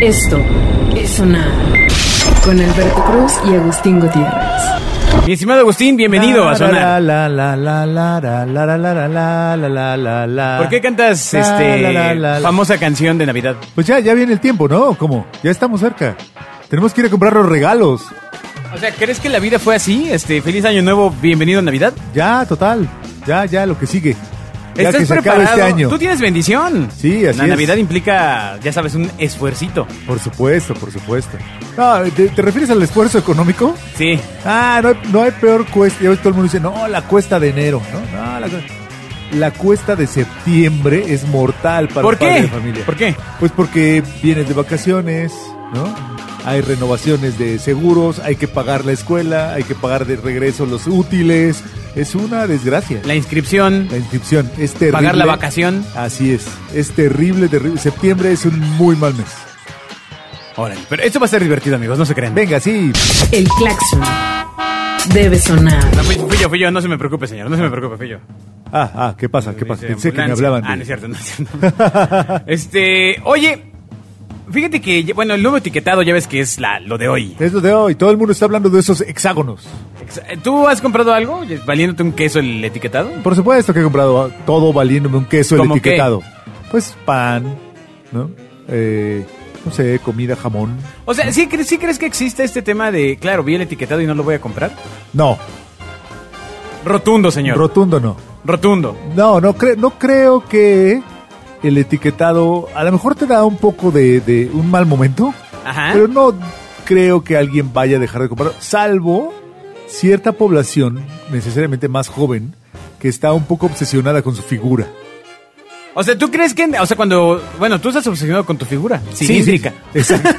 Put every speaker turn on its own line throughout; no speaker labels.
Esto es sonar con Alberto Cruz y Agustín Gutiérrez.
Mi estimado Agustín, bienvenido a Sonar.
La, la, la, la, la, la, la, la, la, la, la, la, la, la.
¿Por qué cantas
La, la,
este
la, la, la.
famosa canción de Navidad?
Pues ya, ya viene el tiempo, ¿no? ¿Cómo? Ya estamos cerca. Tenemos que ir a comprar los regalos.
O sea, ¿crees que la vida fue así? Este, feliz año nuevo, bienvenido a Navidad.
Ya, total. Ya, ya, lo que sigue. Ya
¿Estás
que se
preparado?
acabe este año.
Tú tienes bendición.
Sí, así
La
es.
Navidad implica, ya sabes, un esfuercito.
Por supuesto, por supuesto. No, ¿te, te refieres al esfuerzo económico?
Sí.
Ah, no hay, no hay peor cuesta. Ya ves, todo el mundo dice, no, la cuesta de enero. No, no, la, cu- la cuesta de septiembre es mortal para
¿Por
el padre
qué?
de familia.
¿Por qué?
Pues porque vienes de vacaciones, ¿no? Hay renovaciones de seguros, hay que pagar la escuela, hay que pagar de regreso los útiles. Es una desgracia.
La inscripción,
La inscripción es terrible.
pagar la vacación.
Así es. Es terrible, terrible. Septiembre es un muy mal mes.
Órale, pero esto va a ser divertido, amigos, no se crean.
Venga, sí.
El claxon debe sonar.
No, fui, fui yo, fui yo, no se me preocupe, señor, no se me preocupe, fui yo.
Ah, ah, ¿qué pasa? ¿Qué pasa?
Dice
Pensé que me
ambulancia.
hablaban. de-
Ah, no es cierto, no es cierto. este, oye, fíjate que, ya- bueno, el nuevo etiquetado ya ves que es la, lo de hoy.
Es lo de hoy. Todo el mundo está hablando de esos hexágonos.
Ex- ¿Tú has comprado algo valiéndote un queso el etiquetado?
Por supuesto que he comprado ah, todo valiéndome un queso el
¿Cómo qué?
etiquetado. Pues pan, ¿no? Eh, no sé, comida, jamón.
O sea, ¿sí, cre- sí crees que existe este tema de, claro, vi el etiquetado y no lo voy a comprar?
No,
Rotundo, señor.
rotundo no.
Rotundo.
No, no, cre- no creo que el etiquetado a lo mejor te da un poco de, de un mal momento,
Ajá.
pero no creo que alguien vaya a dejar de comprar, salvo cierta población, necesariamente más joven, que está un poco obsesionada con su figura.
O sea, ¿tú crees que, o sea, cuando, bueno, tú estás obsesionado con tu figura? cilíndrica.
exacto.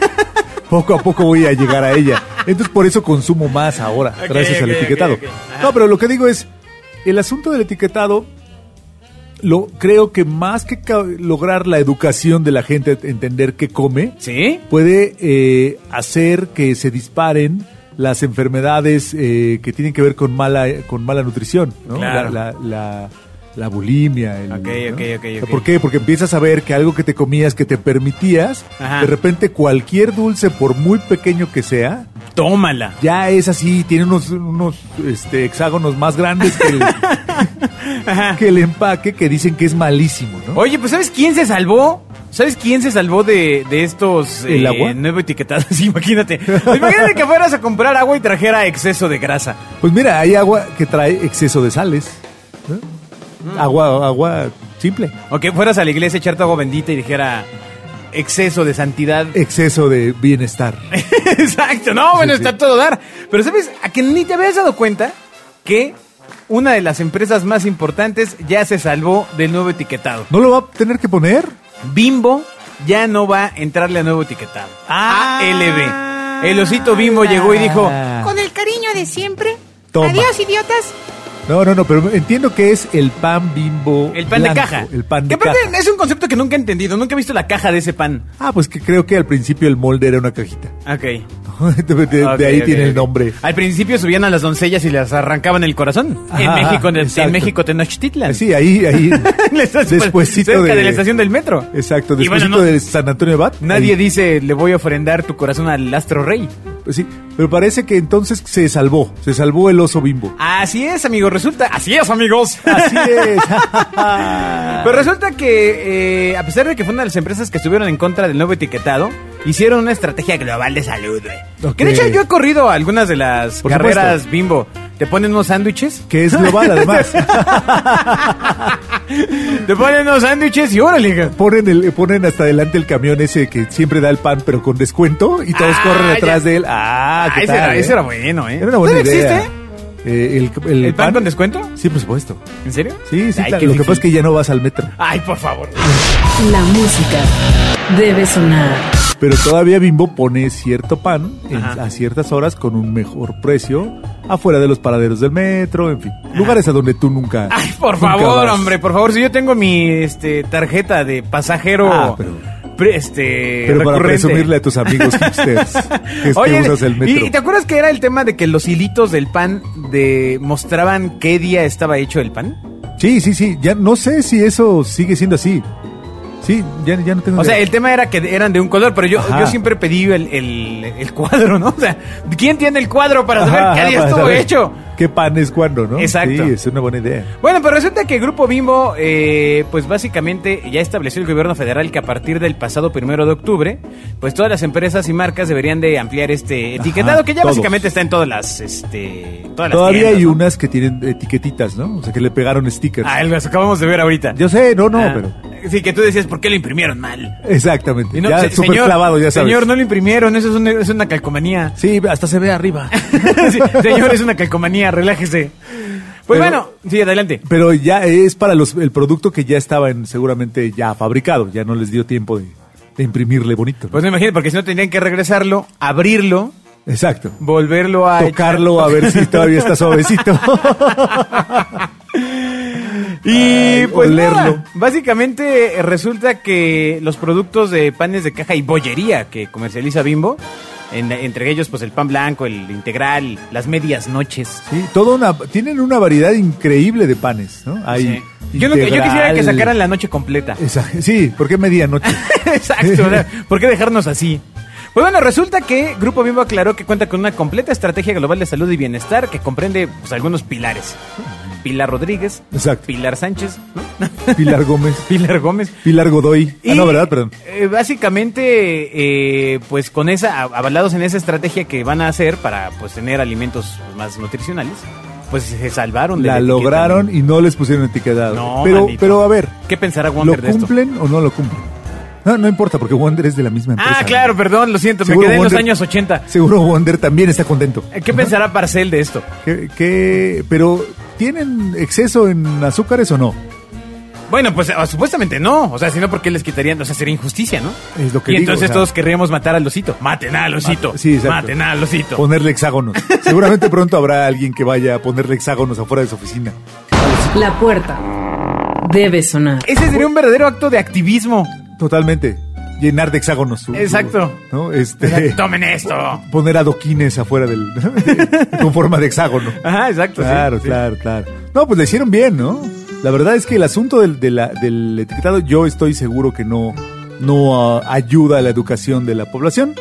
Poco a poco voy a llegar a ella. Entonces por eso consumo más ahora,
Ok,
gracias al
ok, ok,
etiquetado.
ok. Ajá.
No, pero lo que digo es, el asunto del etiquetado, lo creo que más que ca- lograr la educación de la gente, entender qué come,
¿Sí?
puede eh, hacer que se disparen las enfermedades eh, que tienen que ver con mala, con mala nutrición, ¿no?
Claro.
La, la- la- la bulimia. el-
Ok,
¿no?
ok, ok, ok.
¿Por qué? Porque empiezas a ver que algo que te comías, que te permitías,
Ajá.
de repente cualquier dulce, por muy pequeño que sea,
Tómala.
ya es así, tiene unos, unos este, hexágonos más grandes que el,
Ajá.
que el empaque que dicen que es malísimo, ¿no?
Oye, pues ¿sabes quién se salvó? ¿Sabes quién se salvó de, de estos eh,
¿El agua?
nuevo etiquetados? Imagínate. Pues, Imagínate que fueras a comprar agua y trajera exceso de grasa.
Pues mira, hay agua que trae exceso de sales. ¿no?
Mm.
Agua, agua simple.
O que fueras a la iglesia a echarte agua bendita y dijera exceso de santidad.
Exceso de bienestar.
Exacto, no, bueno,
Eh. Sí, sí.
está a todo dar. Pero ¿sabes? A que ni te habías dado cuenta que una de las empresas más importantes ya se salvó del nuevo etiquetado.
¿No lo va a tener que poner?
Bimbo ya no va a entrarle a nuevo etiquetado.
Ah.
ALB. El osito Bimbo llegó y dijo,
Con el cariño de siempre.
Toma.
Adiós, idiotas.
No, no, no, pero entiendo que es el pan bimbo.
El pan
blanco,
de caja.
El pan
que
de
aparte
caja.
es un concepto que nunca he entendido, nunca he visto la caja de ese pan.
Ah, pues que creo que al principio el molde era una cajita.
Ok.
De, de- de
Ok,
ahí
ok,
tiene
ok.
el nombre.
Al principio subían a las doncellas y les arrancaban el corazón. en
Ajá,
México, en,
exacto.
en México, Tenochtitlan.
Sí, ahí, ahí. Despuesito
cerca de...
de-
la estación del metro.
Exacto,
Y bueno,
despuesito
no-
de San Antonio Abad.
Nadie
ahí.
dice, le voy a ofrendar tu corazón al astro rey.
Pues sí, pero parece que entonces se salvó. Se salvó el oso bimbo.
Así es, amigo, resulta. Así es, amigos.
Así es.
Pero resulta que, eh, a pesar de que fue una de las empresas que estuvieron en contra del nuevo etiquetado, hicieron una estrategia global de salud, güey.
Ok.
Que de hecho yo he corrido algunas de las
Por
carreras
supuesto.
bimbo. Te ponen unos sándwiches,
que es global, además.
te ponen unos sándwiches y órale, hija.
Ponen, el, ponen hasta adelante el camión ese que siempre da el pan, pero con descuento, y todos
Ah,
corren atrás
ya.
de él. Ah, ¿qué
ese,
tal,
era,
eh?
ese era bueno, ¿eh?
Era una buena
¿Todavía
idea.
existe?
Eh, el, el
¿El pan con descuento?
Sí, por supuesto.
¿En serio?
Sí, sí,
Ay,
claro.
qué
Lo que
difícil.
pasa es que ya no vas al metro.
Ay, por favor.
La música debe sonar.
Pero todavía Bimbo pone cierto pan en-
Ajá.
a ciertas horas con un mejor precio afuera de los paraderos del metro, en fin. Lugares a donde tú nunca.
Ay, por
nunca
favor,
vas.
hombre, por favor. Si yo tengo mi este, tarjeta de pasajero.
Ah, pero-
pre- este,
Pero para
recurrente.
presumirle a tus amigos hipsters que es que
Oye,
usas el metro.
¿y te acuerdas que era el tema de que los hilitos del pan de mostraban qué día estaba hecho el pan?
Sí, sí, sí. Ya no sé si eso sigue siendo así. Sí, ya, ya no tengo
O sea,
idea.
el tema era que eran de un color, pero yo,
Ajá.
yo siempre pedí el, el- el cuadro, ¿no? O sea, ¿quién tiene el cuadro para saber
Ajá,
qué
ajá,
día
para
estuvo
saber
hecho?
¿Qué pan es cuándo, no?
Exacto.
Sí, es una buena idea.
Bueno, pero resulta que el Grupo Bimbo, eh, pues básicamente ya estableció el gobierno federal que a partir del pasado primero de octubre, pues todas las empresas y marcas deberían de ampliar este etiquetado, que ya
todos.
básicamente está en todas las, este, todas las
Todavía
tiendas,
hay
¿no?
unas que tienen etiquetitas, ¿no? O sea, que le pegaron stickers.
Ah, las acabamos de ver ahorita.
Yo sé, no, no,
Ah,
pero...
Sí, que tú decías, ¿por qué lo imprimieron mal?
Exactamente.
Y no,
ya
se-
súper clavado, ya sabes.
Señor, no lo imprimieron, eso es una, es una calcomanía.
Sí, hasta se ve arriba.
Sí, señor, es una calcomanía, relájese. Pues
Pero-
bueno, sí, adelante.
Pero ya es para los, el producto que ya estaba en- seguramente ya fabricado. Ya no les dio tiempo de, de imprimirle bonito. ¿no?
Pues me imagino, porque si no tendrían que regresarlo, abrirlo,
Exacto.
volverlo a...
Tocarlo a ver si todavía está suavecito.
Y
Ay,
pues
olerlo.
nada, básicamente eh, resulta que los productos de panes de caja y bollería que comercializa Bimbo, en- entre ellos pues el pan blanco, el integral, las medias noches.
Sí, toda una, tienen una variedad increíble de panes, ¿no? Hay
Sí. Yo, no- yo quisiera que
integral.
sacaran la noche completa.
Esa- sí, ¿por qué medianoche?
Exacto, o sea, ¿por qué dejarnos así? Pues bueno, resulta que Grupo Bimbo aclaró que cuenta con una completa estrategia global de salud y bienestar que comprende pues, algunos pilares. Pilar Rodríguez,
Exacto.
Pilar Sánchez, ¿no?
Pilar Gómez.
Pilar Gómez.
Pilar Godoy.
Y,
ah, no, ¿verdad? Perdón.
eh, básicamente, eh, pues con esa, av- avalados en esa estrategia que van a hacer para pues tener alimentos pues, más nutricionales, pues se salvaron. de
La
etiqueta.
lograron y no les pusieron etiquetado.
No,
pero,
maldito.
pero a ver,
¿Qué pensará
¿lo
Wonder de esto?
cumplen o no lo cumplen? No, no importa, porque Wonder es de la misma empresa.
Ah,
¿no?
claro, perdón, lo siento, me
Seguro
quedé en los
Wonder-
años 80.
Seguro Wonder también está contento.
Eh, ¿Qué pensará Parcel de esto?
¿Qué, qué- pero ¿tienen exceso en azúcares o no?
Bueno, pues ah, supuestamente no, o sea, sino porque les quitarían, o sea, sería injusticia, ¿no?
Es lo que
y
digo,
entonces
o sea.
todos querríamos matar al osito. Maten al osito.
sí, exacto.
maten al osito.
Ponerle hexágonos. Seguramente pronto habrá alguien que vaya a ponerle hexágonos afuera de su oficina.
La puerta debe sonar.
Ese sería un verdadero acto de activismo.
Totalmente. Llenar de hexágonos. su- su-
Exacto.
¿no? Este,
Tomen esto.
poner adoquines afuera del. con forma de hexágono.
Ajá, exacto. Pues sí,
Claro,
sí.
claro, claro. No, pues le hicieron bien, ¿no? La verdad es que el asunto del, de la- del etiquetado, yo estoy seguro que no, no ah, ayuda a la educación de la población.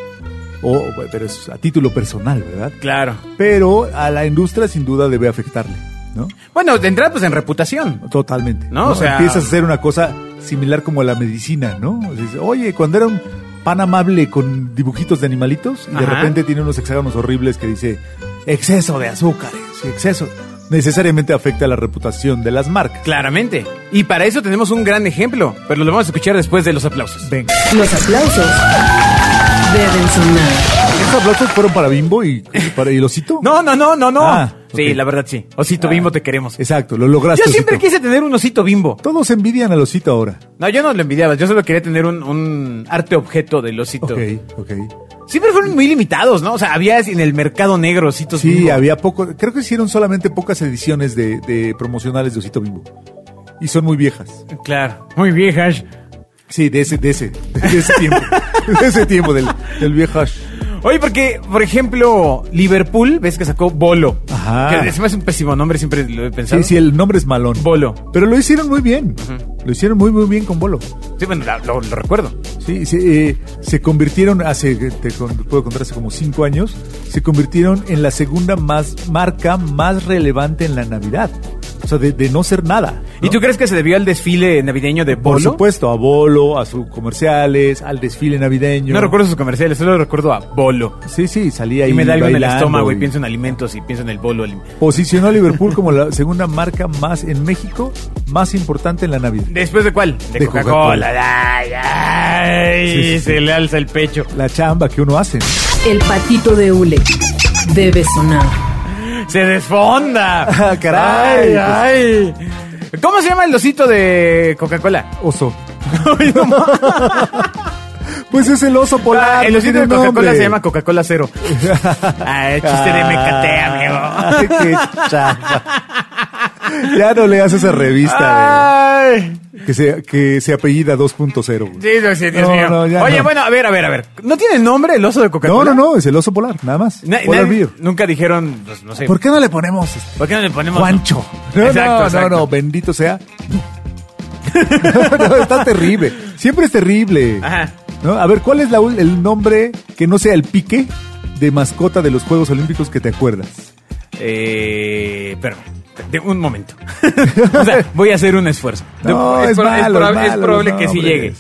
O, pero es a título personal, ¿verdad?
Claro.
Pero a la industria sin duda debe afectarle, ¿no?
Bueno, de entrada, pues en reputación.
Totalmente.
No, o sea-
Empiezas a hacer una cosa similar como a la medicina, ¿no? O sea, dices, Oye, cuando era un pan amable con dibujitos de animalitos y de
Ajá.
repente tiene unos hexágonos horribles que dice exceso de azúcares, exceso. Necesariamente afecta la reputación de las marcas.
Claramente. Y para eso tenemos un gran ejemplo, pero lo vamos a escuchar después de los aplausos.
Venga.
Los aplausos deben sonar.
¿Estos aplausos fueron para Bimbo y para el osito?
No, no, no, no, no.
Ah,
Sí,
ok. Ah.
la verdad sí. Osito bimbo, te queremos.
Exacto, lo lograste.
Yo siempre
osito.
quise tener un osito bimbo.
Todos envidian al osito ahora.
No, yo no lo envidiaba, yo solo quería tener un, un arte objeto del osito.
Ok, ok.
Siempre fueron muy limitados, ¿no? O sea, había en el mercado negro ositos
Sí,
bimbo.
había poco. Creo que hicieron solamente pocas ediciones de, de promocionales de osito Bimbo. Y son muy viejas.
Claro. Muy viejas.
Sí, de ese, de ese, de ese tiempo. De ese tiempo del, del viejo.
Oye, porque, por ejemplo, Liverpool, ves que sacó Bolo.
Ajá.
Que se me hace un pésimo nombre, siempre lo he pensado.
Sí, sí, el nombre es malón.
Bolo.
Pero lo hicieron muy bien. Lo hicieron muy, muy bien con Bolo.
Sí, bueno, la- lo, lo recuerdo.
Sí, se, eh, se convirtieron hace, te con- puedo contar, hace como cinco años, se convirtieron en la segunda más marca más relevante en la Navidad. O sea, de, de no ser nada. ¿no?
¿Y tú crees que se debió al desfile navideño de Bolo?
Por supuesto, a Bolo, a sus comerciales, al desfile navideño.
No recuerdo sus comerciales, solo recuerdo a Bolo.
Sí, sí, salía ahí.
y me da algo en el
bailando
estómago y...
y-
pienso en alimentos y pienso en el Bolo.
Posicionó a Liverpool como la segunda marca más en México, más importante en la Navidad.
¿Después de cuál? De,
De
Coca-Cola.
Coca-Cola.
Ay, ay,
Sí, sí,
se
sí.
le alza el pecho.
La chamba que uno hace.
El patito de hule debe sonar.
Se desfonda.
Ah, caray,
Ay, ay. ¿Cómo se llama el osito de Coca-Cola?
Oso.
Ay, no mames.
Pues es el oso polar.
Ah, el
no
osito
tiene
de Coca-Cola
nombre.
se llama Coca-Cola Cero. Ay, chiste de mecate, amigo.
Ah, Ay, qué chafa. Ya no leas esa
Ah.
revista
Ay.
de- que, se, que se apellida 2.0. güey.
Sí, no, sí, Dios
No,
mío.
no, ya
Oye,
no.
bueno, a ver, a ver, a ver. ¿No tiene nombre el oso de
No,
Coca-Cola?
no, no, es el oso polar, nada más.
Na-
polar
nadie-
beer.
nunca dijeron, pues, no sé.
¿Por qué no le ponemos este?
¿Por qué no le ponemos?
Juancho. No,
Exacto,
no,
exacto.
no, no, bendito sea. No, está terrible. Siempre es terrible.
Ajá.
¿No? A ver, ¿cuál es la ul- el nombre que no sea el pique de mascota de los Juegos Olímpicos que te acuerdas?
Eh, pero, de un momento. o sea, voy a hacer un esfuerzo. De-
No, es
proba-
malo,
proba-
es
es
malo
probable
los
que sí
nombres.
llegue.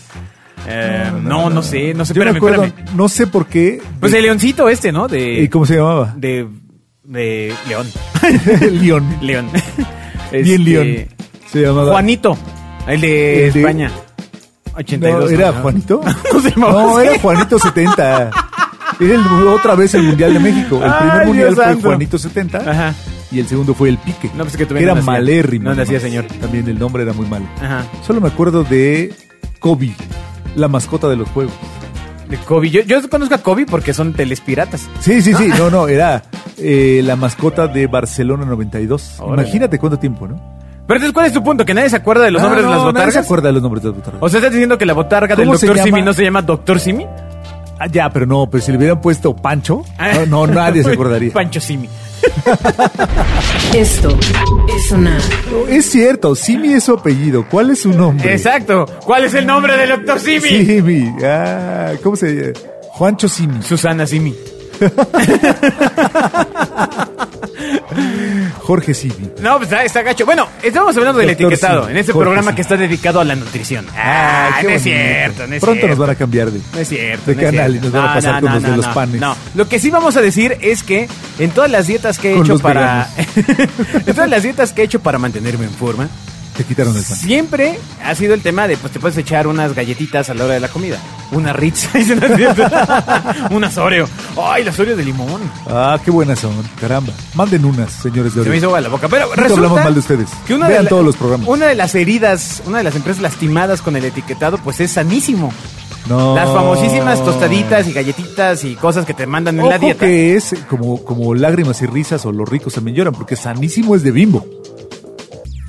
Eh, no, no, sé, no sé.
Yo me
Espérame,
acuerdo,
espérame.
no sé por qué.
Pues
de-
el leoncito este, ¿no? De,
¿Y cómo se llamaba?
de, de León.
León.
León. Este,
Bien León. Se llamaba.
Juanito, el de
El de-
España. 82.
No, ¿Era
¿no?
Juanito?
No, se llamaba
No,
así.
era Juanito 70. Era el- otra vez el Mundial de México. El primer
Ay,
Mundial
Dios
fue
santo.
Juanito 70
Ajá.
y el segundo fue El Pique.
No, pues que
que
todavía
era
no nacía.
malérrimo.
No nacía,
además.
señor.
También el nombre era muy malo.
Ajá.
Solo me acuerdo de Kobe, la mascota de los juegos.
De Kobe. Yo, yo conozco a Kobe porque son telespiratas.
Sí, sí, sí. No, no, era eh, la mascota de Barcelona 92.
Órale.
Imagínate cuánto tiempo, ¿no?
Pero entonces, ¿cuál es tu punto? ¿Que nadie se acuerda de los
Ah,
nombres
no,
de las
nadie
botargas?
se acuerda de los nombres de las botargas.
O sea, ¿estás diciendo que la botarga del
¿Cómo se
Doctor
llama?
Simi no se llama Doctor Simi?
Ah, ya, pero no, pero si le hubieran puesto Pancho,
Ah.
no, no, nadie se acordaría.
Pancho Simi.
Esto es sonar.
Es cierto, Simi es su apellido. ¿Cuál es su nombre?
Exacto. ¿Cuál es el nombre del Doctor Simi?
Simi. Ah, ¿cómo se llama? Juancho Simi.
Susana Simi.
Jorge Simi.
No, pues está, está gacho. Bueno, estamos hablando del
Doctor
etiquetado
Simi,
en este
Jorge
programa
Simi.
que está dedicado a la nutrición. Ah,
qué
no es
bonito.
cierto, no es
Pronto
cierto.
nos van a cambiar de,
No es cierto.
de
no es
canal y
cierto.
nos van a
No,
pasar
no,
con
no,
los de
no,
los
no.
panes.
No, lo que sí vamos a decir es que en todas las dietas que he
Con
hecho
los
para. en todas las dietas que he hecho para mantenerme en forma,
Te quitaron el pan.
siempre ha sido el tema de pues te puedes echar unas galletitas a la hora de la comida. Una Ritz, dicen, ¿no es cierto? unas Oreo. Ay, las Oreo de limón.
Ah, qué buenas son. Caramba. Manden unas, señores de
Se
Oreo.
me hizo agua la boca. Pero
Nunca
resulta
hablamos mal de ustedes.
Que una de
Vean
la-
todos los programas.
Una de las heridas, una de las empresas lastimadas con el etiquetado, pues es sanísimo.
No.
Las famosísimas tostaditas y galletitas y cosas que te mandan en la
Ojo
dieta.
que es como, como lágrimas y risas o los ricos también lloran, porque sanísimo es de bimbo.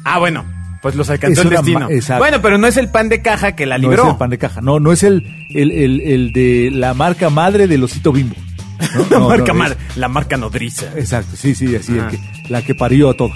Ah, bueno, pues los alcanzó el
Es una
destino.
ma- exacto.
Bueno, pero no es el pan de caja que la libró.
No es el pan de caja. No, no es el, el, el, el de la marca madre del osito bimbo. No,
la
no,
marca
no,
madre, la marca nodriza.
es- Exacto, sí, sí, así.
Ajá.
el que- la que parió a todas.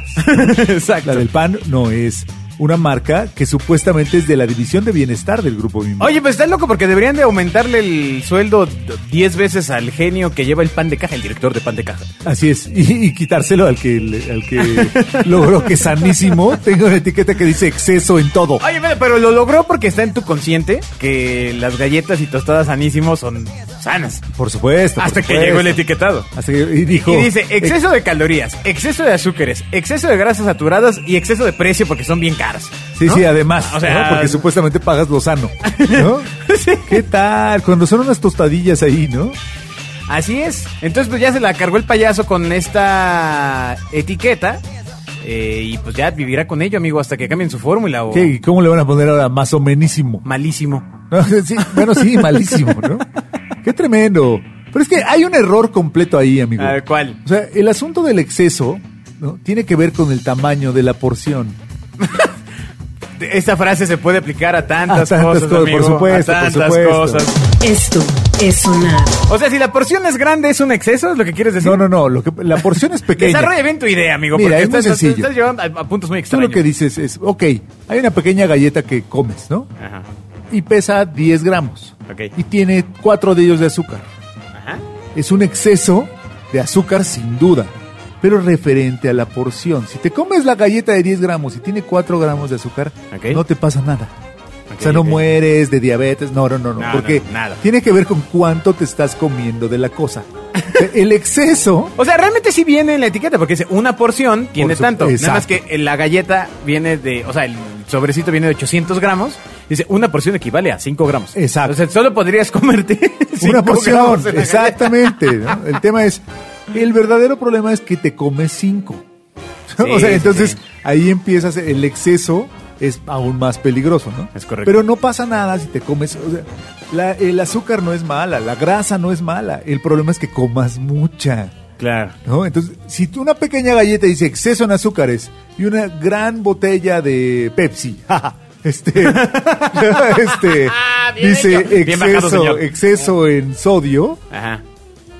Exacto.
la del pan no es una marca que supuestamente es de la división de bienestar del grupo bimbo.
Oye, pues está loco porque deberían de aumentarle el sueldo 10 veces al genio que lleva el pan de caja, el director de pan de caja.
Así es, y, y quitárselo al que, le- al que logró que sanísimo tenga una etiqueta que dice exceso en todo.
Oye, pero- pero lo logró porque está en tu consciente que las galletas y tostadas sanísimo son sanas.
Por supuesto. por
Hasta que
supuesto.
llegó el etiquetado.
Hasta que- y dijo.
Y dice exceso de calorías, exceso de azúcares, exceso de grasas saturadas y exceso de precio porque son bien caras.
Sí,
¿no?
sí, además.
O sea,
¿no? Porque supuestamente pagas lo sano. ¿no? ¿Qué tal? Cuando son unas tostadillas ahí, ¿no?
así es. Entonces pues ya se la cargó el payaso con esta etiqueta eh, y pues ya vivirá con ello, amigo, hasta que cambien su fórmula o
¿Qué? ¿Y ¿Cómo le van a poner ahora? Más o menísimo.
malísimo.
¿No? Sí, bueno, sí, malísimo, ¿no? Qué tremendo. Pero es que hay un error completo ahí, amigo.
A ver, ¿cuál?
O sea, el asunto del exceso ¿no? tiene que ver con el tamaño de la porción.
Esta frase se puede aplicar a tantas,
A tantas
cosas,
cosas,
amigo,
por supuesto,
a
por
tantas
supuesto.
cosas.
Esto es sonar.
O sea, si la porción es grande, ¿es un exceso? ¿Es lo que quieres decir?
No, no, no. Lo que, la porción es pequeña.
Desarrolla bien tu idea, amigo,
Mira,
porque
es muy
estás,
sencillo.
estás llevando a, a puntos muy
Tú
extraños.
lo que dices es, ok, hay una pequeña galleta que comes, ¿no?
Ajá.
Y pesa 10 gramos.
Ok.
Y tiene 4 de ellos de azúcar.
Ajá.
Es un exceso de azúcar sin duda, pero referente a la porción. Si te comes la galleta de 10 gramos y tiene 4 gramos de azúcar,
Ok.
no te pasa nada.
Ok,
o sea, no
ok.
mueres de diabetes, no, no, no, no,
No,
porque
no, nada.
tiene que ver con cuánto te estás comiendo de la cosa. El exceso
O sea, realmente sí viene en la etiqueta, porque dice una porción tiene
Por su-
tanto. Nada más
exacto.
que la galleta viene de, o sea, el sobrecito viene de 800 gramos. Dice, una porción equivale a 5 gramos.
Exacto.
O sea, solo podrías comerte cinco
una porción.
gramos en la
Exactamente. ¿no? El tema es, el verdadero problema es que te comes cinco. o sea,
sí,
entonces
sí.
ahí empiezas, el exceso es aún más peligroso, ¿no?
Es correcto.
Pero no pasa nada si te comes, o sea, la- el azúcar no es mala, la grasa no es mala, el problema es que comas mucha.
galleta. Claro.
¿No? Entonces, si tú una pequeña galleta dice exceso en azúcares y una gran botella de Pepsi, jaja, este, este
Bien
dice
hecho. Ah, Bien bajado,
exceso,
señor.
exceso en sodio,
Ajá.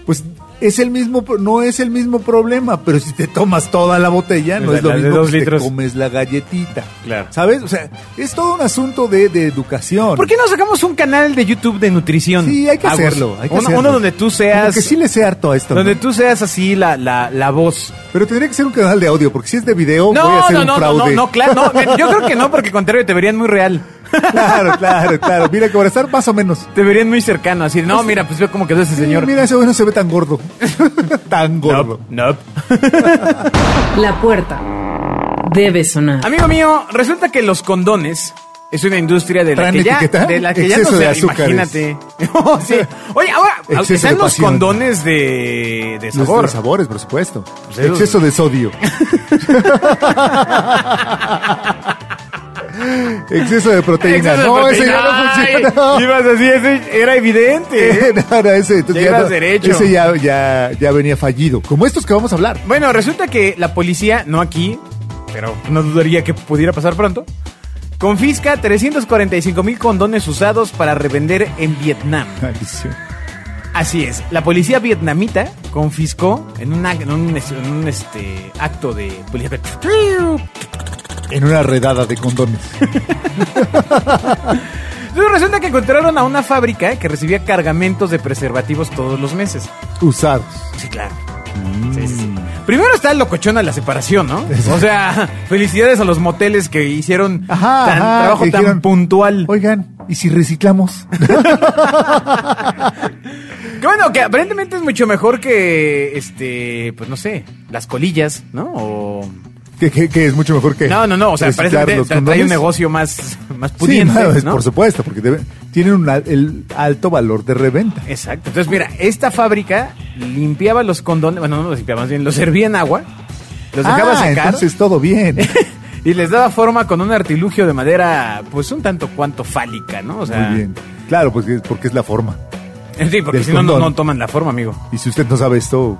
pues es el mismo, pro- no es el mismo problema, pero si te tomas toda la botella,
O
no
sea,
es lo
la de
mismo
dos
que si te
litros.
comes la galletita.
Claro.
¿Sabes? O sea, es todo un asunto de, de educación.
¿Por qué no sacamos un canal de YouTube de nutrición?
Sí, hay que
Agus?
hacerlo. hay que
uno,
hacerlo.
uno donde tú
Como
seas.
que sí le sé harto a esto.
Donde
¿no?
tú seas así la, la, la voz.
Pero tendría que ser un canal de audio, porque si es de video,
No,
voy a hacer
no,
un
no, no,
fraude.
no, no, claro, no, yo creo que no, porque al contrario, te verían muy real.
claro, claro, claro. Mira, que para estar más o menos.
Te verían muy cercano, así, no, mira, pues veo cómo quedó ese señor. pues,
Sí, Mira, ese güey no se ve tan gordo. tan gordo.
Nope.
La puerta debe sonar.
Amigo mío, resulta que los condones es una industria de la
¿Traen
que ya,
etiqueta?
de la que ya no
Exceso
se,
de azúcares.
imagínate. Oh, sí. Oye, ahora
Exceso
están
de
los
pasión.
condones de, de
Los-
sabor.
Los sabores, por supuesto.
Pues esos-
Exceso de sodio. Exceso de proteína.
Exceso de
no,
proteína.
ese ya no
Ay,
funciona.
Ibas así, ese era evidente.
Eh, no, no, ese, entonces
Ya
ya
ibas
no-
derecho.
ese ya, ya, ya venía fallido. Como estos que vamos a hablar.
Bueno, resulta que la policía, no aquí, pero no dudaría que pudiera pasar pronto, confisca 345 mil condones usados para revender en Vietnam.
Maldición.
Así es, la policía vietnamita confiscó en, una- en un, es- en un, este, acto de policía
En una redada de condones.
Entonces resulta que encontraron a una fábrica que recibía cargamentos de preservativos todos los meses.
Usados.
Sí, claro.
Mm.
Sí, sí, sí. Primero está el locochón a la separación, ¿no? O sea, felicidades a los moteles que hicieron
Ajá.
tan,
ajá,
trabajo
que
tan
dijeron,
puntual.
Oigan, ¿y si reciclamos?
Que bueno, que aparentemente es mucho mejor que, este, pues no sé, las colillas, ¿no? O...
que, que- que es mucho mejor que.
No, no, no, o sea, parece
reciclar
que
Eh, los
tra- trae
condones.
un negocio más, más
Sí,
pudiente,
no, es
¿no?
por supuesto, porque debe- tienen un al- el alto valor de reventa.
Exacto. Entonces, mira, esta fábrica limpiaba los condones, bueno, no los limpiaba, más bien los servía en agua, los dejaba
Ah,
secar
entonces todo bien.
y les daba forma con un artilugio de madera, pues un tanto cuanto fálica, ¿no? O sea,
Muy bien. Claro, pues es- porque es la forma.
Sí, porque
Del
si no, no,
condón.
no toman la forma, amigo.
Y si usted no sabe esto,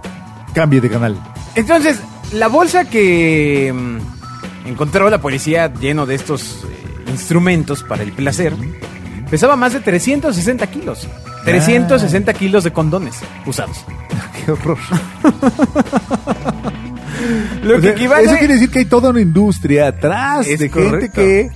cambie de canal.
Entonces, la bolsa que mm, encontró la policía lleno de estos eh, instrumentos para el placer pesaba más de 360 kilos. 360
Ah.
kilos de condones usados.
Qué horror.
Lo
O
que
sea,
equivale...
Eso quiere decir que hay toda una industria atrás
Es
de gente
correcto.
que eh,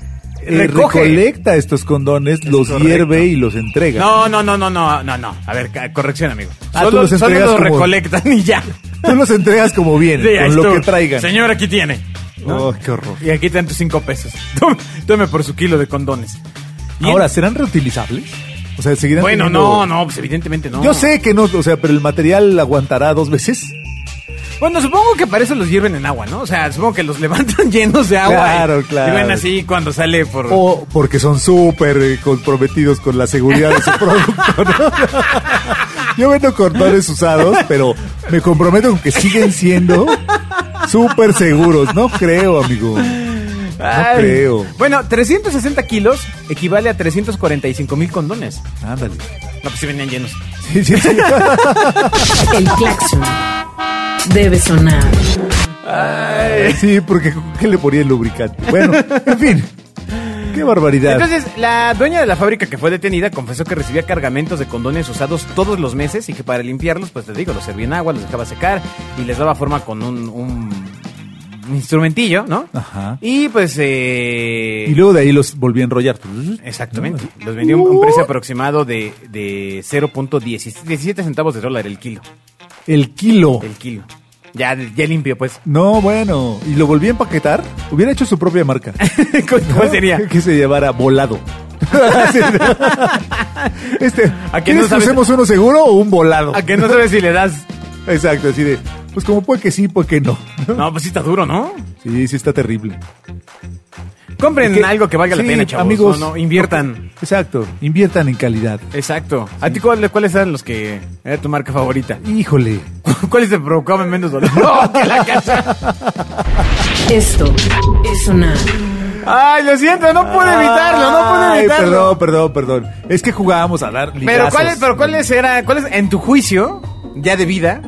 Recoge.
recolecta estos condones, los
correcto.
hierve y los entrega.
No, no, no, no, no, no, no. A ver, ca- corrección, amigo.
Ah, tú
solo
los
solo
entregas
los
como-
recolectan y ya.
Tú los entregas como vienen,
Sí, ahí
con lo
estuvo.
que traigan.
Señor, aquí tiene. ¿no?
Oh, qué horror.
Y aquí tienen tus cinco pesos. Tome, tome por su kilo de condones. Y en-
Ahora, ¿serán reutilizables? O sea, seguirán
bueno, no,
teniendo-
no, pues evidentemente no.
Yo sé que no, o sea, pero el material aguantará dos veces.
Bueno, supongo que para eso los hierven en agua, ¿no? O sea, supongo que los levantan llenos de agua.
Claro,
y-
claro. Oh,
Y ven así cuando sale por.
O porque son súper eh, comprometidos con la seguridad de su producto. ¿no? Yo vendo cordones usados, pero me comprometo con que siguen siendo súper seguros. No creo, amigo.
Ay.
creo.
Bueno, 360 kilos equivale a 345 mil condones.
Ándale.
No, pues sí venían llenos.
Sí, sí, sí.
El claxon debe sonar.
Sí, porque ¿qué le ponía el lubricante? Bueno, en fin. Qué barbaridad.
Entonces, la dueña de la fábrica que fue detenida confesó que recibía cargamentos de condones usados todos los meses y que para limpiarlos, pues te digo, los servía en agua, los dejaba secar y les daba forma con un, un- un instrumentillo, ¿no?
Ajá.
Y pues... Eh...
y luego de ahí los volví a enrollar.
Exactamente. Los vendió a un
Uh-huh.
precio aproximado de, de 0.17 centavos de dólar el kilo.
El kilo.
El kilo. Ya, ya limpio, pues.
No, bueno. Y lo volví a empaquetar. Hubiera hecho su propia marca.
¿Cuál sería?
Que se llevara volado. Sí. este,
¿A qué no
¿Quieres que
sabes?
usemos uno seguro o un volado?
A que no sabes si le das.
Exacto, así de. Pues como puede que sí, puede que no.
No, pues sí está duro, ¿no?
Sí, sí está terrible.
Compren
Que-
algo que valga la
sí,
pena, chavos.
Amigos,
no, no, inviertan.
Exacto, inviertan en calidad.
Exacto. ¿A ti cuál- cuáles eran los que era tu marca favorita?
Híjole.
¿Cuáles te provocaban menos dolor? ¡No, que la casa!
Esto es sonar.
Ay, lo siento, no pude evitarlo, no pude
Ay,
evitarlo.
Perdón, perdón, perdón. Es que jugábamos a dar ligazos.
Pero cuáles, pero cuáles era, cuáles en tu juicio ya de vida,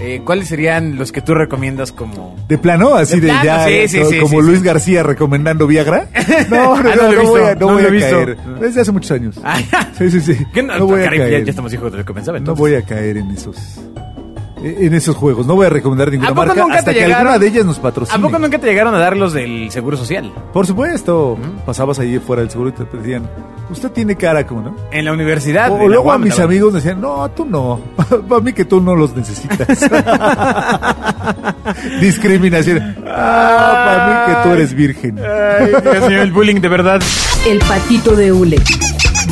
eh, cuáles serían los que tú recomiendas como
De plano, así
De
de,
plano,
ya,
sí, sí,
co-
sí,
como
sí,
Luis
sí.
García recomendando Viagra. No, no,
Ah, no
no,
lo he
no
visto,
voy a, no
no
voy
lo he
a
visto.
caer. Desde hace muchos años.
Ah,
Sí, sí, sí.
¿Qué no?
No voy a
Caray, ya,
caer.
ya estamos hijos de lo que pensaba.
No
entonces.
voy a caer en esos. e-, en esos juegos. No voy a recomendar
¿A
ninguna
poco
marca
nunca
hasta
te
que
llegaron?
alguna de ellas nos patrocine.
¿A poco nunca te llegaron a dar los del Seguro Social?
Por supuesto.
Mm.
Pasabas ahí fuera del seguro y te te decían, usted tiene cara como, ¿no?
En la universidad.
O
en Ah, la
luego a
UAM,
mis
la-
amigos me decían, no, tú no. Para mí que tú no los necesitas. Discriminación. Ah, para mí que tú eres virgen.
Ay, Dios mío, el bullying de verdad.
El patito de hule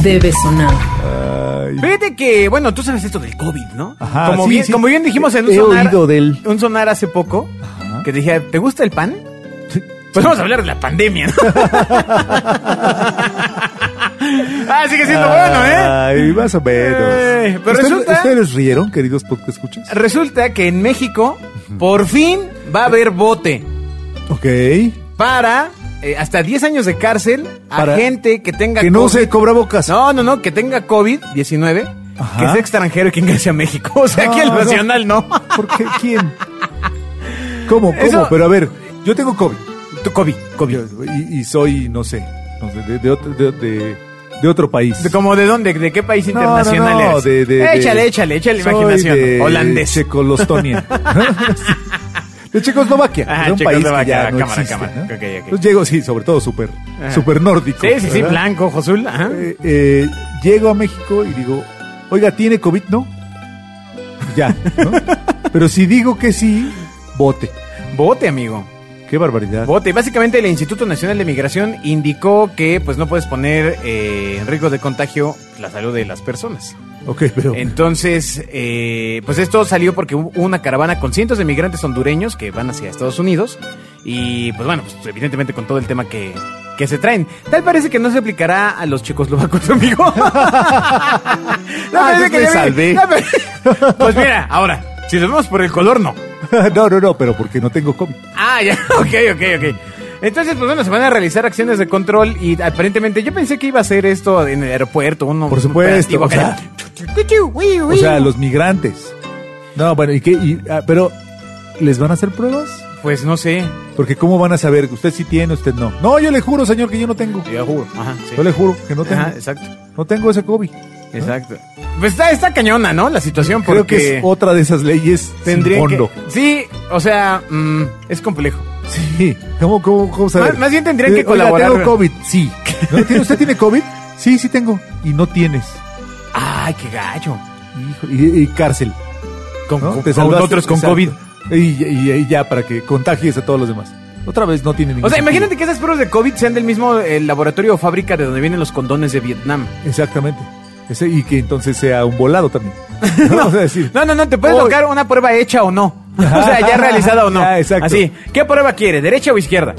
debe sonar.
Ay.
Fíjate que, bueno, tú sabes esto del COVID, ¿no?
Ajá,
como,
sí,
bien,
sí.
como bien dijimos en un
He
sonar.
oído de él.
Un sonar hace poco
Ajá.
que dije, ¿te gusta el pan? Pues vamos a hablar de la pandemia, ¿no? ah, sigue siendo bueno, ¿eh?
Ay, más o menos.
Eh, pero
¿Ustedes-
resulta-
¿Ustedes rieron, queridos podcast escuchas?
Resulta que en México, por fin, va a haber bote
Ok.
para eh, hasta 10 años de cárcel a
Para-
gente que tenga
Que no
COVID.
se cobra bocas.
No, no, no, que tenga COVID-19,
Ajá.
que sea extranjero y que ingrese a México. O sea, que el
No, no.
nacional no.
¿Por qué? ¿Quién? ¿Cómo? ¿Cómo?
Eso-
Pero a ver, yo tengo COVID.
Tu COVID, COVID.
Y, y soy, no sé, no sé, de, de otro, de, de- de otro país.
¿De ¿Cómo de dónde? ¿De qué país
No,
internacional
no, no,
eres?
de- de-
échale,
de-
échale, échale
soy
imaginación.
de
Holandés.
Checolostonia. de Checoslovaquia.
Ajá,
de un país que
Ah, Checoslovaquia,
ya no
cámara,
existe,
cámara.
¿no?
Ok, ok.
Entonces llego, sí, sobre todo súper
Ajá.
super nórdico.
sí, sí, sí,
¿verdad?
blanco, ojo azul. Ajá.
Eh, eh, llego a México y digo, oiga, ¿tiene COVID? No. Ya, ¿no? Pero si digo que sí, bote.
Bote, amigo.
Qué barbaridad.
Bote. Básicamente el Instituto Nacional de Migración indicó que pues no puedes poner eh, en riesgo de contagio la salud de las personas.
Ok, pero...
Entonces, eh, pues esto salió porque hubo una caravana con cientos de migrantes hondureños que van hacia Estados Unidos y pues bueno, pues, evidentemente con todo el tema que, que se traen. Tal parece que no se aplicará a los checoslovacos, amigo. no,
entonces me
ya vi-
Ah, salvé.
ya me- pues mira, ahora, si nos vemos por el color, no.
no, no, no, pero porque no tengo COVID.
Ah, ya, ok, ok, ok. Entonces, pues bueno, se van a realizar acciones de control y aparentemente yo pensé que iba a ser esto en el aeropuerto, uno
Por
un
supuesto,
operativo
o sea,
acá.
O sea, los migrantes. No, bueno, ¿y qué? Y, ah, pero, ¿les van a hacer pruebas?
Pues no sé,
Porque ¿cómo van a saber que usted sí tiene, usted no? No, yo le juro, señor, que yo no tengo.
yo juro. Ajá, sí.
Yo le juro que no tengo.
Ajá, exacto,
No tengo ese COVID.
exacto. Pues está, está cañona, ¿no? La situación,
Creo
porque
que es otra de esas leyes
tendría
sin fondo.
que. Sí, o sea, mm, es complejo.
Sí. ¿Cómo, cómo, cómo saber? Eh,
Más- más bien tendrían que
Oiga,
colaborar.
tengo COVID, sí. ¿No? ¿Tiene- ¿Usted tiene COVID? Sí, sí tengo. Y no tienes.
Ay, qué gallo.
Hijo, y, y cárcel.
Con,
¿no?
con-
Te
con
salvaste,
otros con
exacto.
COVID.
Y, y- y ya, para que contagies a todos los demás. Otra vez no tiene ningún
O sea,
sentido.
imagínate que esas pruebas de COVID sean del mismo eh, laboratorio o fábrica de donde vienen los condones de Vietnam.
Exactamente. Ese, y que entonces sea un volado también. ¿No? O sea, decir,
No, no, no, te puedes
Oy.
tocar una prueba hecha o no. O sea, ya realizada o no.
Ah, exacto.
Así, ¿qué prueba quiere? ¿Derecha o izquierda?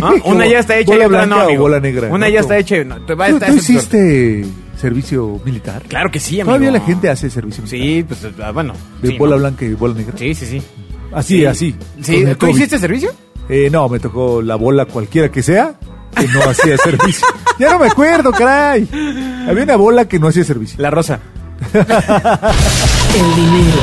¿No?
Como
Una ya está hecha y
bola
otra no,
blanca o
amigo.
bola negra,
Una
¿no?
ya está
Como-
hecha y no. Te va a
¿Tú,
estar
tú
ese peor.
hiciste servicio militar?
Claro que sí, amigo.
Todavía la gente hace servicio militar.
Sí, pues ah, bueno.
De
sí,
bola
¿no?
blanca y bola negra.
Sí, sí, sí.
Así, así.
Sí,
con el
¿tú
COVID.
hiciste servicio?
Eh, no, me tocó la bola cualquiera que sea que no hacía servicio. Ya no me acuerdo, caray. Había una bola que no hacía servicio.
La rosa.
El dinero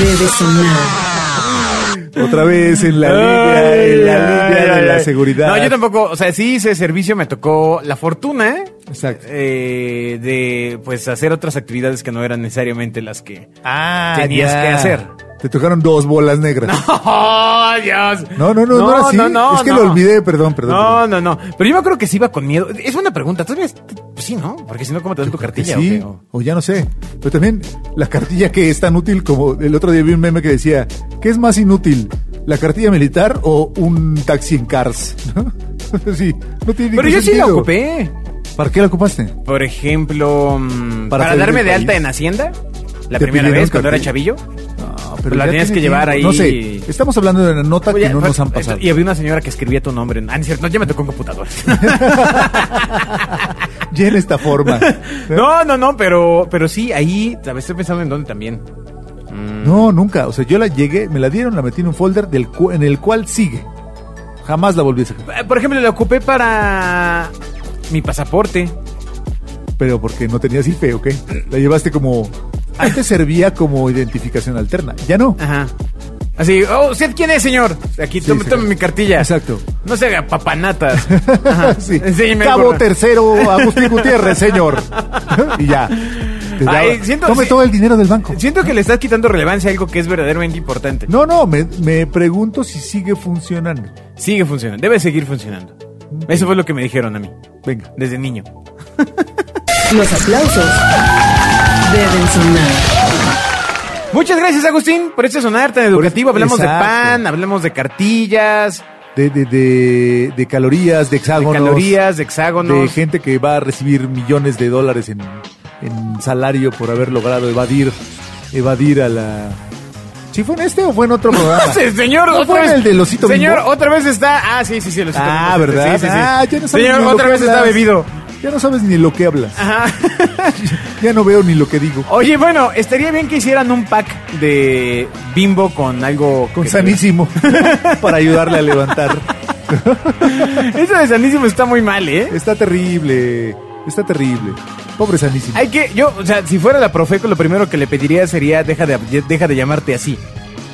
debe sonar.
Otra vez en la línea,
Ay,
en la
ay,
línea de
ay,
la
ay.
seguridad.
No, yo tampoco. O sea, sí hice servicio, me tocó la fortuna, ¿eh?
Exacto.
Eh, de pues hacer otras actividades que no eran necesariamente las que.
Ah,
tenías que hacer.
Te tocaron dos bolas negras.
¡Oh, Dios!
No, no, no, no, era así.
No, no,
es que
no.
lo olvidé, perdón, perdón.
No,
perdón.
no, no. Pero yo me acuerdo que sí iba con miedo. Es una pregunta. ¿Tú ves? Pues sí, ¿no? Porque si no, ¿cómo te dan tu
Que
cartilla?
sí,
o
o ya no sé. Pero también la cartilla que es tan útil como el otro día vi un meme que decía, ¿qué es más inútil? ¿La cartilla militar o un taxi en Cars? ¿No? sí, no tiene
qué? Pero
ningún
yo sí la
sentido.
ocupé.
¿Para qué la ocupaste?
Por ejemplo, mm, para,
Para salir
darme
del
de alta
país.
en Hacienda. La
Te
primera
pidieron
vez cuando era
cartilla.
chavillo.
No,
pues La
Ah, ya
tienes
tiene
que llevar ahí.
No sé, estamos hablando de una nota
Oye,
que no
fue-
nos han pasado.
Y había una señora que escribía tu nombre. Ah, no es cierto, no, ya me tocó en computador.
Ya en esta forma.
no, no, no, pero, pero sí, ahí, a ver, estoy pensando en dónde también. Mm.
No, nunca. O sea, yo la llegué, me la dieron, la metí en un folder del cu- en el cual sigue. Jamás la volví a sacar.
Eh, Por ejemplo, la ocupé para mi pasaporte.
Pero porque no tenías IFE, ¿ok? La llevaste como... Antes servía como identificación alterna. Ya no.
Ajá. Así, oh, ¿usted quién es, señor? Aquí,
Sí,
tome,
sí.
tome mi cartilla.
Exacto.
No se haga papanatas. Ajá.
Sí.
Enséñeme
Cabo
algo.
tercero, Agustín Gutiérrez, señor. y ya. Te daba-
Ay, siento-
Tome
sí.
todo el dinero del banco.
Siento que le estás quitando relevancia a algo que es verdaderamente importante.
No, no, me, me pregunto si sigue funcionando.
Sigue funcionando, debe seguir funcionando. Eso fue lo que me dijeron a mí,
Venga.
desde niño.
Los aplausos deben sonar.
Muchas gracias, Agustín, por este sonar tan educativo. Hablamos
Exacto.
de pan, hablamos de cartillas,
De, de, de, de calorías,
de
de hexágonos.
calorías, de hexágonos.
de gente que va a recibir millones de dólares en, en salario por haber logrado evadir evadir a la ¿Sí fue en este o fue en otro programa?
Sí, señor,
¿No
otra
fue en
vez.
el del osito
Señor,
bimbo?
otra vez está. Ah, sí, sí, sí, el osito
Ah,
bimbo. Sí,
¿verdad?
sí, sí.
Ah, ya no sabes
Señor,
ni lo
otra
que
vez está
hablas.
bebido.
Ya no sabes ni lo que hablas.
Ajá.
Ya no veo ni lo que digo.
Oye, bueno, estaría bien que hicieran un pack de bimbo con algo.
Con
que-
sanísimo para ayudarle a levantar.
Eso de sanísimo está muy mal, ¿eh?
Está terrible. Está terrible. Pobre sanísimo.
Hay que, yo, o sea, si fuera la Profeco, lo primero que le pediría sería deja de, deja de llamarte así.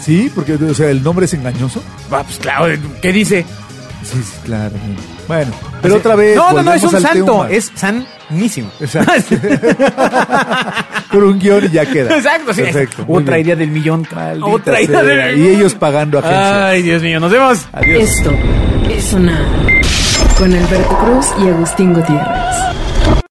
Sí, porque o sea, el nombre es engañoso.
Ah, pues claro, ¿qué dice?
Sí, sí, claro. Bueno, pero
Así-
otra vez
No, no, no, es
volvemos
un
al
santo,
tema.
es sanísimo.
Exacto. Con un guión y ya queda.
Exacto, sí.
Perfecto. muy
Otra
bien.
idea del millón.
Maldita
Otra
sea.
idea del
Y
millón.
ellos pagando agencia.
Ay, Dios mío, nos vemos.
Adiós.
Esto es sonar. Con Alberto Cruz y Agustín Gutiérrez.